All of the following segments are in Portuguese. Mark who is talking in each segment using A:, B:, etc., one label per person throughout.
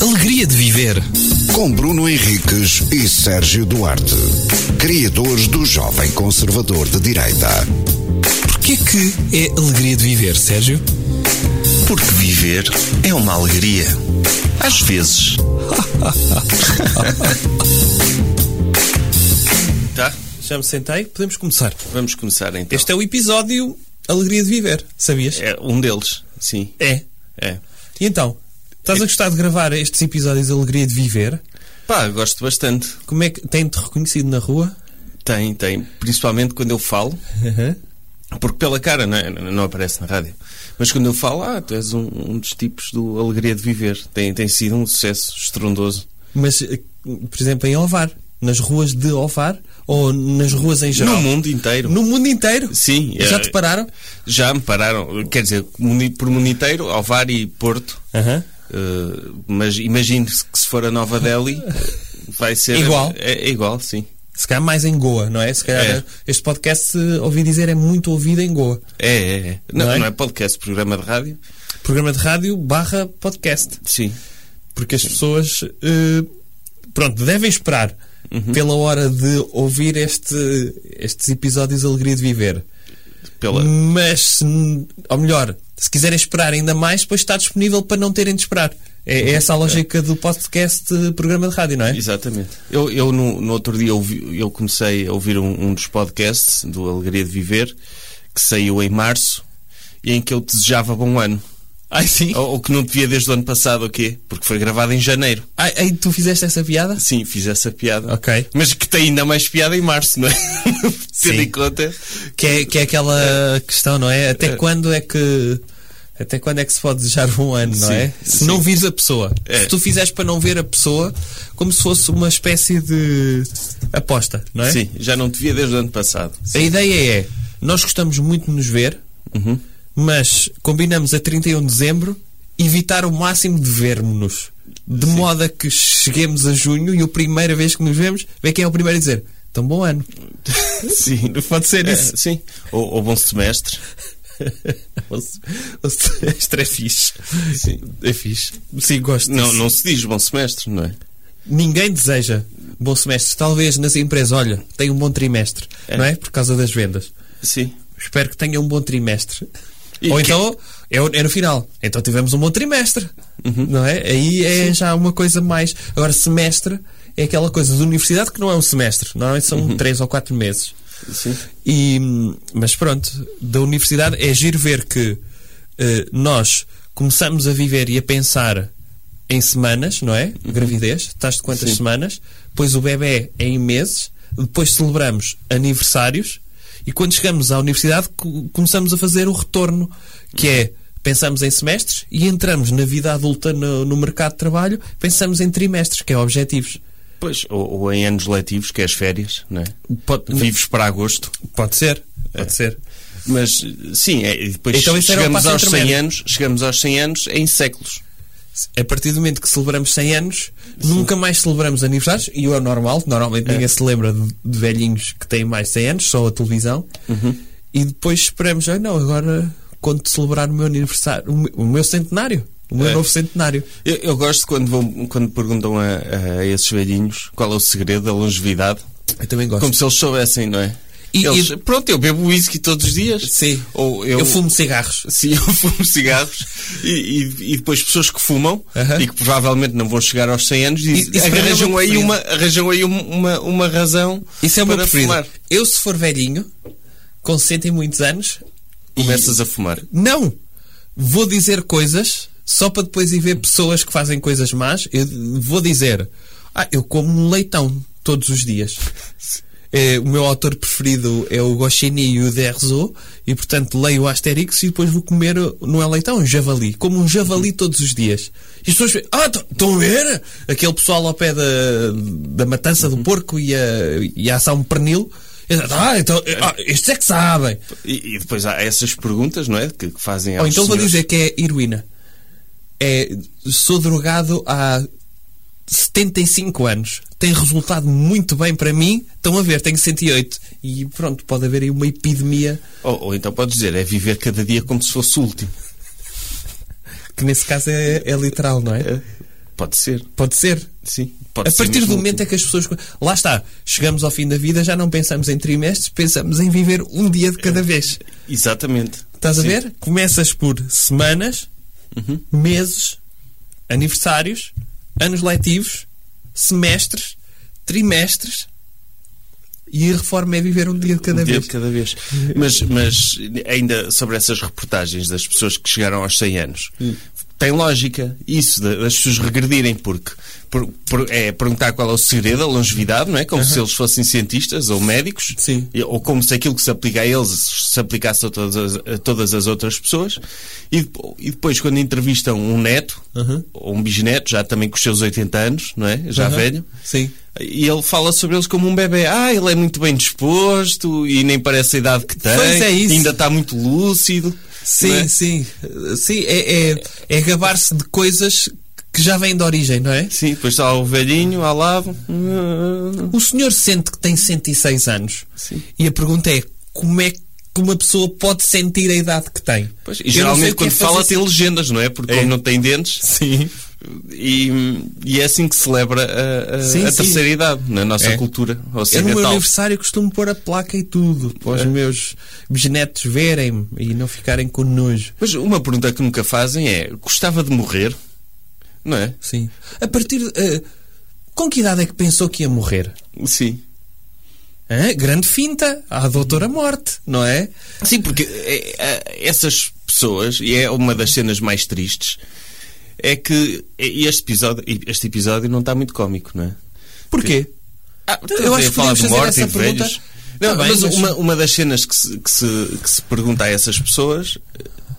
A: alegria de viver.
B: Com Bruno Henriques e Sérgio Duarte, criadores do Jovem Conservador de Direita.
A: Porquê que é alegria de viver, Sérgio?
C: Porque viver é uma alegria. Às vezes. tá?
A: Já me sentei, podemos começar.
C: Vamos começar então.
A: Este é o episódio Alegria de Viver, sabias?
C: É um deles, sim.
A: É.
C: É.
A: E então, estás a gostar de gravar estes episódios de Alegria de Viver?
C: Pá, gosto bastante.
A: Como é que tem-te reconhecido na rua?
C: Tem, tem. Principalmente quando eu falo. Porque pela cara, não, é? não aparece na rádio. Mas quando eu falo, ah, tu és um, um dos tipos do Alegria de Viver. Tem, tem sido um sucesso estrondoso.
A: Mas, eh, por exemplo, em Ovar, nas ruas de Ovar ou nas ruas em geral?
C: No mundo inteiro.
A: No mundo inteiro?
C: Sim.
A: Já
C: é,
A: te pararam?
C: Já me pararam. Quer dizer, comuni- por Moniteiro, Alvar e Porto.
A: Aham.
C: Eh, mas imagino que se for a Nova Delhi, eh, vai ser...
A: Igual.
C: É, é igual, sim.
A: Se calhar mais em Goa, não é? Se calhar
C: É.
A: este podcast, se ouvi dizer, é muito ouvido em Goa.
C: É, é, é. Não,
A: Não
C: não
A: é?
C: é? podcast, programa de rádio.
A: Programa de rádio barra podcast.
C: Sim.
A: Porque as pessoas, eh, pronto, devem esperar pela hora de ouvir este, estes episódios de Alegria de Viver.
C: Pela...
A: Mas, se- ou melhor, se quiserem esperar ainda mais, depois está disponível para não terem de esperar. É, é essa a lógica do podcast eh, programa de rádio, não é?
C: Exatamente. Eu, eu no, no outro dia ouvi- eu comecei a ouvir um, um dos podcasts do Alegria de Viver, que saiu em março, e em que eu desejava bom ano.
A: Ai, sim.
C: Ou, ou que não devia desde o ano passado, ou quê? Porque foi gravado em janeiro.
A: Ai, ai, tu fizeste essa piada?
C: Sim, fiz essa piada.
A: Ok.
C: Mas que tem ainda mais piada em março, não é? Tendo em conta.
A: Que é, que é aquela questão, não é? Até quando é que. Até quando é que se pode desejar um ano, não
C: Sim,
A: é? Se
C: sim.
A: não vires a pessoa.
C: É.
A: Se tu fizeres para não ver a pessoa, como se fosse uma espécie de aposta, não é?
C: Sim, já não devia desde o ano passado.
A: A ideia é: nós gostamos muito de nos ver, Uhum. mas combinamos a 31 de dezembro evitar o máximo de vermos-nos. De modo a que cheguemos a junho e a primeira vez que nos vemos, vê quem é o primeiro a dizer: Tão bom ano.
C: Sim.
A: Pode ser
C: É,
A: isso.
C: sim. Ou, ou bom semestre.
A: Isto é fixe.
C: Sim.
A: É fixe. Sim, gosto.
C: Não,
A: disso.
C: não se diz bom semestre, não é?
A: Ninguém deseja bom semestre. Talvez nas empresas, olha, tenha um bom trimestre,
C: É.
A: não é? Por causa das vendas.
C: Sim.
A: Espero que tenha um bom trimestre.
C: E
A: Ou
C: que-
A: então, é, o- é no final. Então tivemos um bom trimestre,
C: Uhum.
A: não é? Aí é já uma coisa mais. Agora, semestre é aquela coisa de universidade que não é um semestre, normalmente são três ou quatro meses.
C: Uhum. Sim.
A: E, hum, mas pronto, da universidade é giro ver que eh, nós começamos a viver e a pensar em semanas, não é? Gravidez, estás de quantas semanas? Depois o bebê é em meses, depois celebramos aniversários e quando chegamos à universidade co- começamos a fazer o retorno, que é pensamos em semestres e entramos na vida adulta no, no mercado de trabalho, pensamos em trimestres, que é objetivos.
C: Pois, ou, ou em anos letivos, que é as férias, não é?
A: Pode,
C: Vives para agosto.
A: pode ser, pode ser.
C: Mas, sim, é, e depois
A: Então esse era o
C: chegamos
A: passo
C: aos 100
A: intermédio.
C: anos, chegamos aos 100 anos em séculos.
A: a partir do momento que celebramos 100 anos, nunca mais celebramos aniversários, e o é normal, normalmente ninguém se lembra de, de velhinhos que têm mais de 100 anos, só a televisão,
C: Uhum.
A: e depois esperamos, ah não, agora quando celebrar o meu aniversário, o meu, o meu centenário, o meu
C: É.
A: novo centenário.
C: Eu, eu gosto quando, vão, quando perguntam a, a esses velhinhos qual é o segredo da longevidade.
A: Eu também gosto.
C: Como se eles soubessem, não é?
A: E-
C: Eles,
A: e-
C: Pronto, eu bebo whisky todos os dias.
A: Sim.
C: Ou eu,
A: eu... fumo cigarros.
C: Sim, eu fumo cigarros. E, e- e depois pessoas que fumam
A: Aham.
C: e que provavelmente não vão chegar aos 100 anos
A: Isso-
C: e,
A: isso para mim é o
C: arranjam,
A: meu
C: aí
A: preferido.
C: uma, arranjam aí um- uma, uma razão
A: Isso é o meu
C: para
A: preferido.
C: fumar.
A: Eu, se for velhinho, com 100 e muitos anos,
C: Começas a fumar.
A: Não! Vou dizer coisas só para depois ir ver pessoas que fazem coisas más. Eu vou dizer: Ah, eu como um leitão todos os dias. É, o meu autor preferido é o Goscinny e o Derzo, e portanto leio o Asterix e depois vou comer, não é leitão, um javali. Como um javali todos os dias. E as pessoas veem, ah, t- estão a ver? Aquele pessoal ao pé da, da matança do porco e a, e a ação pernil. E, Ah, então, ah, estes é que sabem.
C: E, e depois há essas perguntas, não é? Que, que fazem
A: Ou
C: aos
A: então vou
C: senhores.
A: dizer que é heroína. É, sou drogado há 75 anos. Tem resultado muito bem para mim. Estão a ver, tenho 108. E pronto, pode haver aí uma epidemia
C: Ou, ou então podes dizer, é viver cada dia como se fosse o último.
A: que nesse caso é, é literal, não é?
C: Pode ser,
A: Pode ser.
C: sim. Pode
A: a
C: ser
A: partir
C: mesmo
A: do
C: um
A: momento
C: tipo.
A: é que as pessoas. Lá está. Chegamos ao fim da vida, já não pensamos em trimestres, pensamos em viver um dia de
C: É.
A: cada vez.
C: Exatamente.
A: Estás a
C: Sim.
A: ver? Começas por semanas, meses, aniversários, anos letivos, semestres, trimestres. E a reforma é viver um dia de cada
C: Um dia
A: vez.
C: de cada vez. Mas, mas ainda sobre essas reportagens das pessoas que chegaram aos 100 anos,
A: Hum.
C: tem lógica isso da- das pessoas regredirem, porque por- por- é perguntar qual é o segredo da longevidade, não é? Como se eles fossem cientistas ou médicos,
A: Sim.
C: E- ou como se aquilo que se aplica a eles se aplicasse a todas as, a todas as outras pessoas. E, depo- e depois, quando entrevistam um neto ou um bisneto, já também com os seus 80 anos, não é? Já
A: Aham.
C: velho.
A: Sim.
C: E ele fala sobre eles como um bebê. Ah, ele é muito bem disposto e nem parece a idade que tem.
A: Pois é isso.
C: Ainda está muito lúcido.
A: Sim,
C: não é?
A: sim. Uh, Sim, é, é, é gabar-se de coisas que já vêm de origem, não é?
C: Sim, depois está o velhinho ao lado.
A: O senhor sente que tem 106 anos.
C: Sim.
A: E a pergunta é como é que uma pessoa pode sentir a idade que tem?
C: Pois,
A: Eu
C: e
A: não sei
C: geralmente
A: o que é
C: quando fala
A: fazer
C: tem legendas, não é? Porque
A: É.
C: como não tem dentes.
A: Sim.
C: E, e é assim que celebra a, a-
A: Sim,
C: a
A: sim.
C: terceira idade na nossa
A: É.
C: cultura
A: Eu no meu
C: ocidental.
A: aniversário costumo pôr a placa e tudo, para os meus bisnetos verem-me e não ficarem com nojo.
C: Mas uma pergunta que nunca fazem é: gostava de morrer? Não é?
A: Sim. A partir. de, eh, com que idade é que pensou que ia morrer?
C: Sim.
A: Hã? Grande finta, à doutora morte, não é?
C: Sim, porque é, é, essas pessoas, e é uma das cenas mais tristes, é que este episódio, este episódio não está muito cómico, não é?
A: Porquê?
C: Ah,
A: Eu acho que podemos fazer essa pergunta.
C: Não,
A: Tá bem,
C: mas,
A: mas-
C: Uma, uma das cenas que se, que, se, que se pergunta a essas pessoas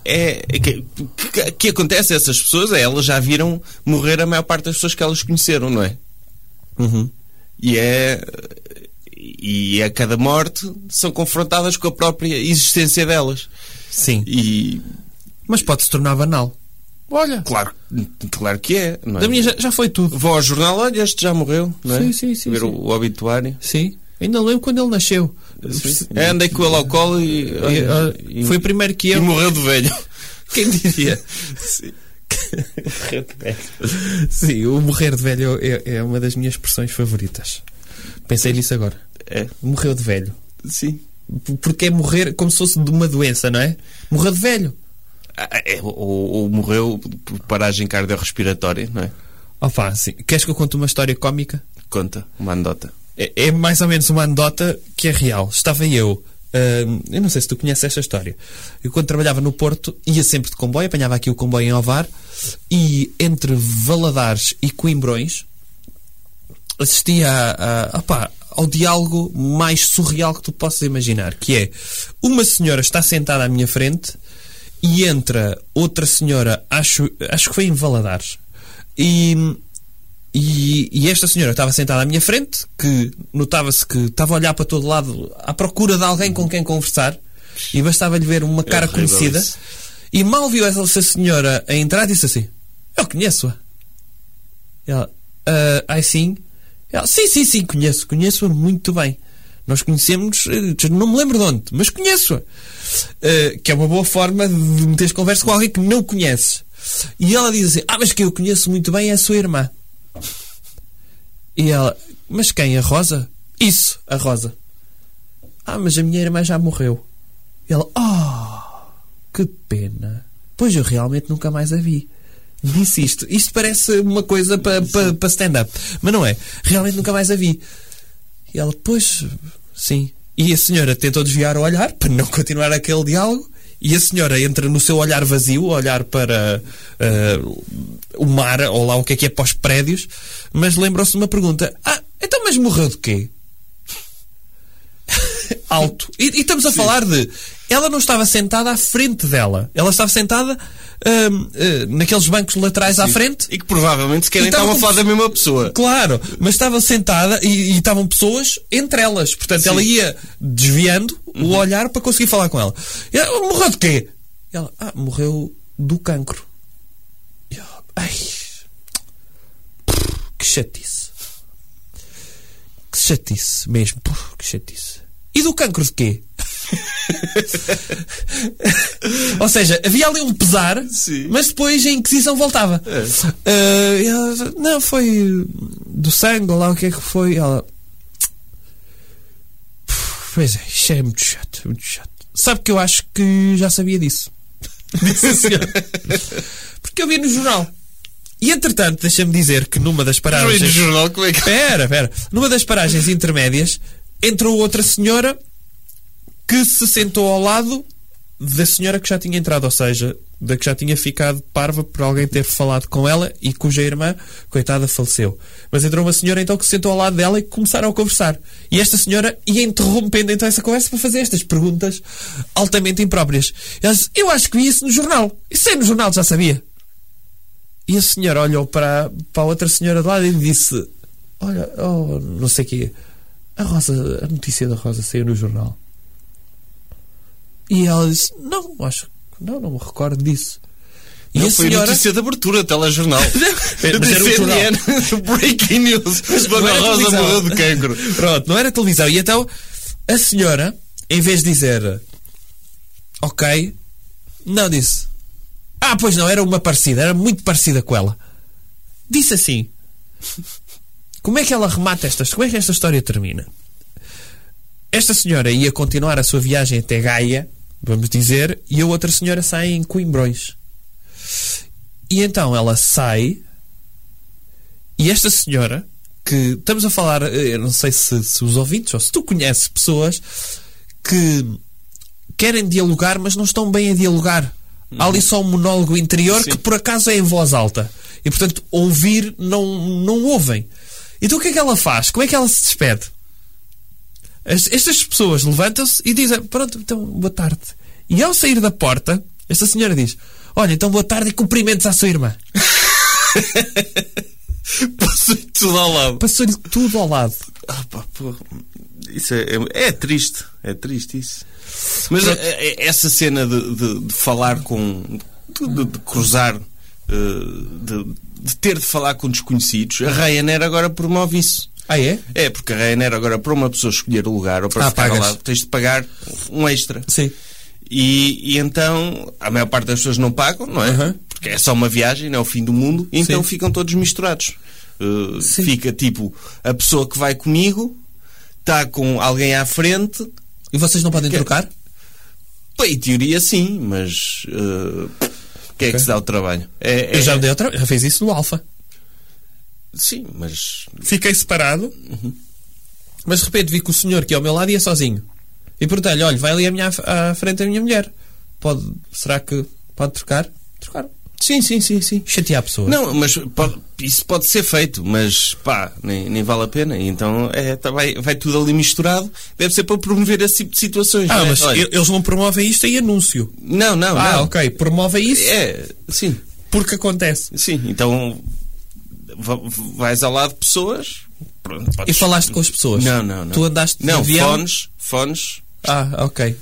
C: é. é que, que, que acontece a essas pessoas é elas já viram morrer a maior parte das pessoas que elas conheceram, não é?
A: Uhum.
C: E é. E a cada morte são confrontadas com a própria existência delas.
A: Sim.
C: E
A: Mas pode se tornar banal. Olha.
C: Claro, claro que é. Não é?
A: Da minha já, já foi tudo.
C: Vou ao jornal, olha, este já morreu, não é?
A: Sim, sim, sim,
C: Ver
A: sim.
C: O, o obituário.
A: Sim. Ainda lembro quando ele nasceu.
C: É, andei com ele ao colo e,
A: E, ah,
C: e-
A: foi primeiro que
C: e
A: eu.
C: morreu de velho.
A: Quem diria? Sim, o morrer de velho é, é uma das minhas expressões favoritas. Pensei nisso agora.
C: É,
A: Morreu de velho.
C: sim.
A: P- Porque é morrer como se fosse de uma doença, não é? Morreu de velho.
C: Ah, é, ou, ou morreu por paragem cardiorrespiratória, não é?
A: Opa, sim. Queres que eu conte uma história cómica?
C: Conta, uma anedota.
A: É, é mais ou menos uma anedota que é real. Estava eu. hum, eu não sei se tu conheces esta história. Eu, quando trabalhava no Porto, ia sempre de comboio, apanhava aqui o comboio em Alvar, e entre Valadares e Coimbrões, assistia a- a- opá, ao diálogo mais surreal que tu possas imaginar, que é uma senhora está sentada à minha frente e entra outra senhora, acho, acho que foi em Valadares, e, e, e esta senhora estava sentada à minha frente, que notava-se que estava a olhar para todo lado à procura de alguém com quem conversar, e bastava-lhe ver uma cara
C: É horrível
A: conhecida,
C: isso.
A: e mal viu essa senhora a entrar, disse assim: Eu conheço-a. Ela, "Ah, ai sim. Ela, sim, sim, sim, conheço, conheço-a muito bem. Nós conhecemos, eh, não me lembro de onde, mas conheço-a. Eh, que é uma boa forma de meteres conversa com alguém que não conheces. E ela diz assim: Ah, mas que eu conheço muito bem é a sua irmã. E ela, mas quem? A Rosa? Isso, a Rosa. Ah, mas a minha irmã já morreu. E ela, oh, que pena. Pois eu realmente nunca mais a vi. Disse isto. Isto parece uma coisa para pa, pa stand-up. Mas não é. Realmente nunca mais a vi. E ela, pois, sim. E a senhora tentou desviar o olhar para não continuar aquele diálogo. E a senhora entra no seu olhar vazio, olhar para ah, o mar, ou lá o que é que é, para os prédios. Mas lembrou-se de uma pergunta: Ah, então, mas morreu de quê? Alto. E, e estamos a falar de. Ela não estava sentada à frente dela. Ela estava sentada ahm, ah, naqueles bancos laterais à frente.
C: E que provavelmente se querem
A: E tava
C: estavam a
A: com-
C: falar da mesma pessoa.
A: Claro, mas estava sentada e, e estavam pessoas entre elas. Portanto, ela ia desviando o olhar para conseguir falar com ela. E ela, morreu de quê? E ela, ah, morreu do cancro. E ela, ai, que chatice. Que chatice mesmo, que chatice. E do cancro de quê? Ou seja, havia ali um pesar,
C: Sim.
A: mas depois a Inquisição voltava. Ah, e ela, não, foi do sangue, ou lá o que é que foi. E Ela. "Puf, Pois é, isto é muito chato, muito chato. Sabe que eu acho que já sabia disso. Disse a senhora. Porque eu vi no jornal. E entretanto, deixa-me dizer que numa das paragens.
C: No jornal, como é que.
A: Espera, espera. Numa das paragens intermédias, entrou outra senhora que se sentou ao lado da senhora que já tinha entrado, ou seja, da que já tinha ficado parva por alguém ter falado com ela e cuja irmã, coitada, faleceu. Mas entrou uma senhora então que se sentou ao lado dela e começaram a conversar. E esta senhora ia interrompendo então essa conversa para fazer estas perguntas altamente impróprias. Ela disse, eu acho que vi isso no jornal. Isso é no jornal, já sabia. E a senhora olhou para, para a outra senhora de lado e disse: Olha, oh, não sei o quê, a, Rosa, a notícia da Rosa saiu no jornal. E ela disse: Não, acho que não, não me recordo disso. E
C: Não
A: a
C: foi
A: senhora.
C: notícia um de abertura, telejornal.
A: Mas era o jornal.
C: CNN, Breaking News. Dona
A: era
C: Rosa
A: televisão.
C: morreu de cancro.
A: Pronto, não era televisão. E então a senhora, em vez de dizer ok, não disse. Ah, pois não, era uma parecida, era muito parecida com ela. Disse assim. Como é que ela remata estas? Como é que esta história termina? Esta senhora ia continuar a sua viagem até Gaia, vamos dizer, e a outra senhora sai em Coimbrões. E então ela sai e esta senhora, que estamos a falar, eh, eu não sei se, se os ouvintes ou se tu conheces pessoas que querem dialogar, mas não estão bem a dialogar. Há ali só um monólogo interior
C: Sim.
A: que por acaso é em voz alta. E portanto, ouvir não, não ouvem. Então o que é que ela faz? Como é que ela se despede? As- estas pessoas levantam-se e dizem: Pronto, então boa tarde. E ao sair da porta, esta senhora diz: Olha, então boa tarde e cumprimentos à sua irmã.
C: Passou tudo ao lado.
A: Passou-lhe tudo ao lado.
C: Ah, pá, porra. Isso é, é- é triste. É triste isso. Mas é- é- essa cena de, de- de falar com. de, de- de cruzar. eh, de, de ter de falar com desconhecidos. A Ryanair agora promove isso.
A: Ah, é?
C: É, porque a Ryanair agora, para uma pessoa escolher o lugar ou para
A: Ah,
C: ficar ao
A: pagas.
C: lado, tens de pagar um extra.
A: Sim.
C: E, e então a maior parte das pessoas não pagam, não é?
A: Aham.
C: Porque é só uma viagem, não é o fim do mundo, e então
A: Sim.
C: ficam todos misturados. Uh,
A: Sim.
C: fica tipo a pessoa que vai comigo está com alguém à frente.
A: E vocês não podem
C: Que-
A: trocar?
C: Bem, em teoria sim, mas uh, quem é que se dá o trabalho? É,
A: Eu
C: é-
A: já me dei outra já fiz isso no Alfa.
C: Sim, mas
A: Fiquei separado, Uhum. mas de repente vi que o senhor que ia ao meu lado ia sozinho. E perguntei-lhe: olha, vai ali à, minha, à frente da minha mulher. Pode, será que pode trocar? Trocar.
C: sim, sim, sim, sim.
A: Chatear a pessoa.
C: Não, mas po- isso pode ser feito, mas pá, nem, nem vale a pena. E Então é, tá, vai, vai tudo ali misturado. Deve ser para promover esse tipo de situações.
A: Ah,
C: não é?
A: mas
C: Olha,
A: e- eles não promovem isto em anúncio.
C: Não, não,
A: Ah,
C: não.
A: ok. Promovem isso
C: É, sim,
A: porque acontece.
C: sim. Então va- vais ao lado de pessoas. Pronto,
A: E
C: podes...
A: falaste com as pessoas.
C: Não, não, não.
A: Tu andaste de
C: Não,
A: avião?
C: fones, fones.
A: Ah, ok.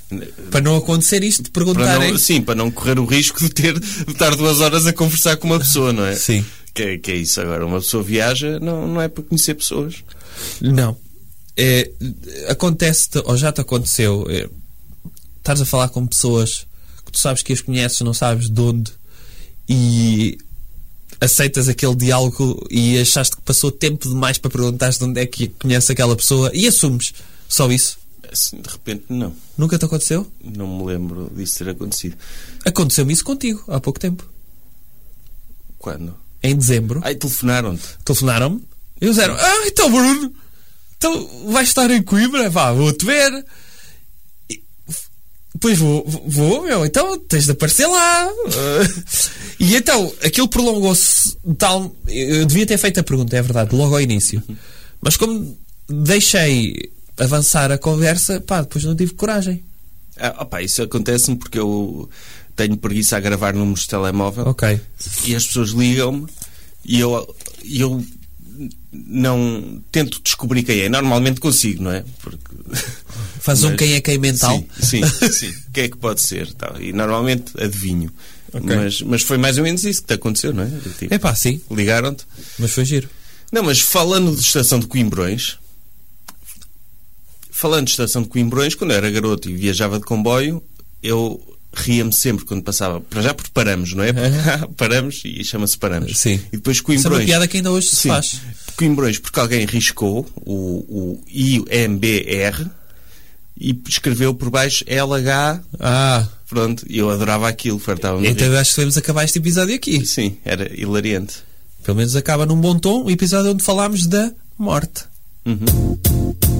A: Para não acontecer isto, de
C: Para
A: perguntarem.
C: não, sim, para não correr o risco de ter de estar duas horas a conversar com uma pessoa, não é?
A: Sim.
C: Que, é- que é isso agora. Uma pessoa viaja, não, não é para conhecer pessoas.
A: Não. É, acontece ou já te aconteceu, é, estás a falar com pessoas que tu sabes que as conheces, não sabes de onde, e aceitas aquele diálogo e achaste que passou tempo demais para perguntar de onde é que conheces aquela pessoa e assumes só isso.
C: Assim, de repente, não.
A: Nunca te aconteceu?
C: Não me lembro disso ter acontecido.
A: Aconteceu-me isso contigo, há pouco tempo.
C: Quando?
A: Em dezembro,
C: Ai, telefonaram-te.
A: telefonaram-me e eles disseram: Ah, então Bruno, então vais estar em Coimbra, vá, vou-te ver. E, Pois vou, vou, meu, então tens de aparecer lá. e então, aquilo prolongou-se de tal. Eu devia ter feito a pergunta, é verdade, logo ao início. Mas como deixei avançar a conversa, pá, depois não tive coragem.
C: Ah, opa, isso acontece-me porque eu tenho preguiça a gravar números de telemóvel.
A: Ok.
C: e as pessoas ligam-me e eu, e eu não tento descobrir quem é. Normalmente consigo, não é? Porque...
A: Faz um
C: Mas-
A: quem é quem mental.
C: Sim, sim, sim. Quem é que pode ser? Tal. E normalmente adivinho. Mas, mas foi mais ou menos isso que te aconteceu, não é? Tipo,
A: É pá, sim,
C: Ligaram-te.
A: mas foi giro.
C: Não, mas falando de estação de Coimbrões, Falando de estação de Coimbrões, quando eu era garoto e viajava de comboio, eu ria-me sempre quando passava. Para já porque paramos, não é? Porque paramos e chama-se paramos.
A: Sim.
C: E depois
A: Isso é uma
C: Coimbrões.
A: piada que ainda hoje se
C: Sim.
A: faz.
C: Coimbrões, porque alguém riscou o, o IMBR e escreveu por baixo LH.
A: Ah,
C: Pronto, e eu adorava aquilo, fartava-me. de rir.
A: então eu acho que devemos acabar este episódio aqui.
C: Sim, era hilariante.
A: Pelo menos acaba num bom tom o episódio onde falámos da morte. Uhum.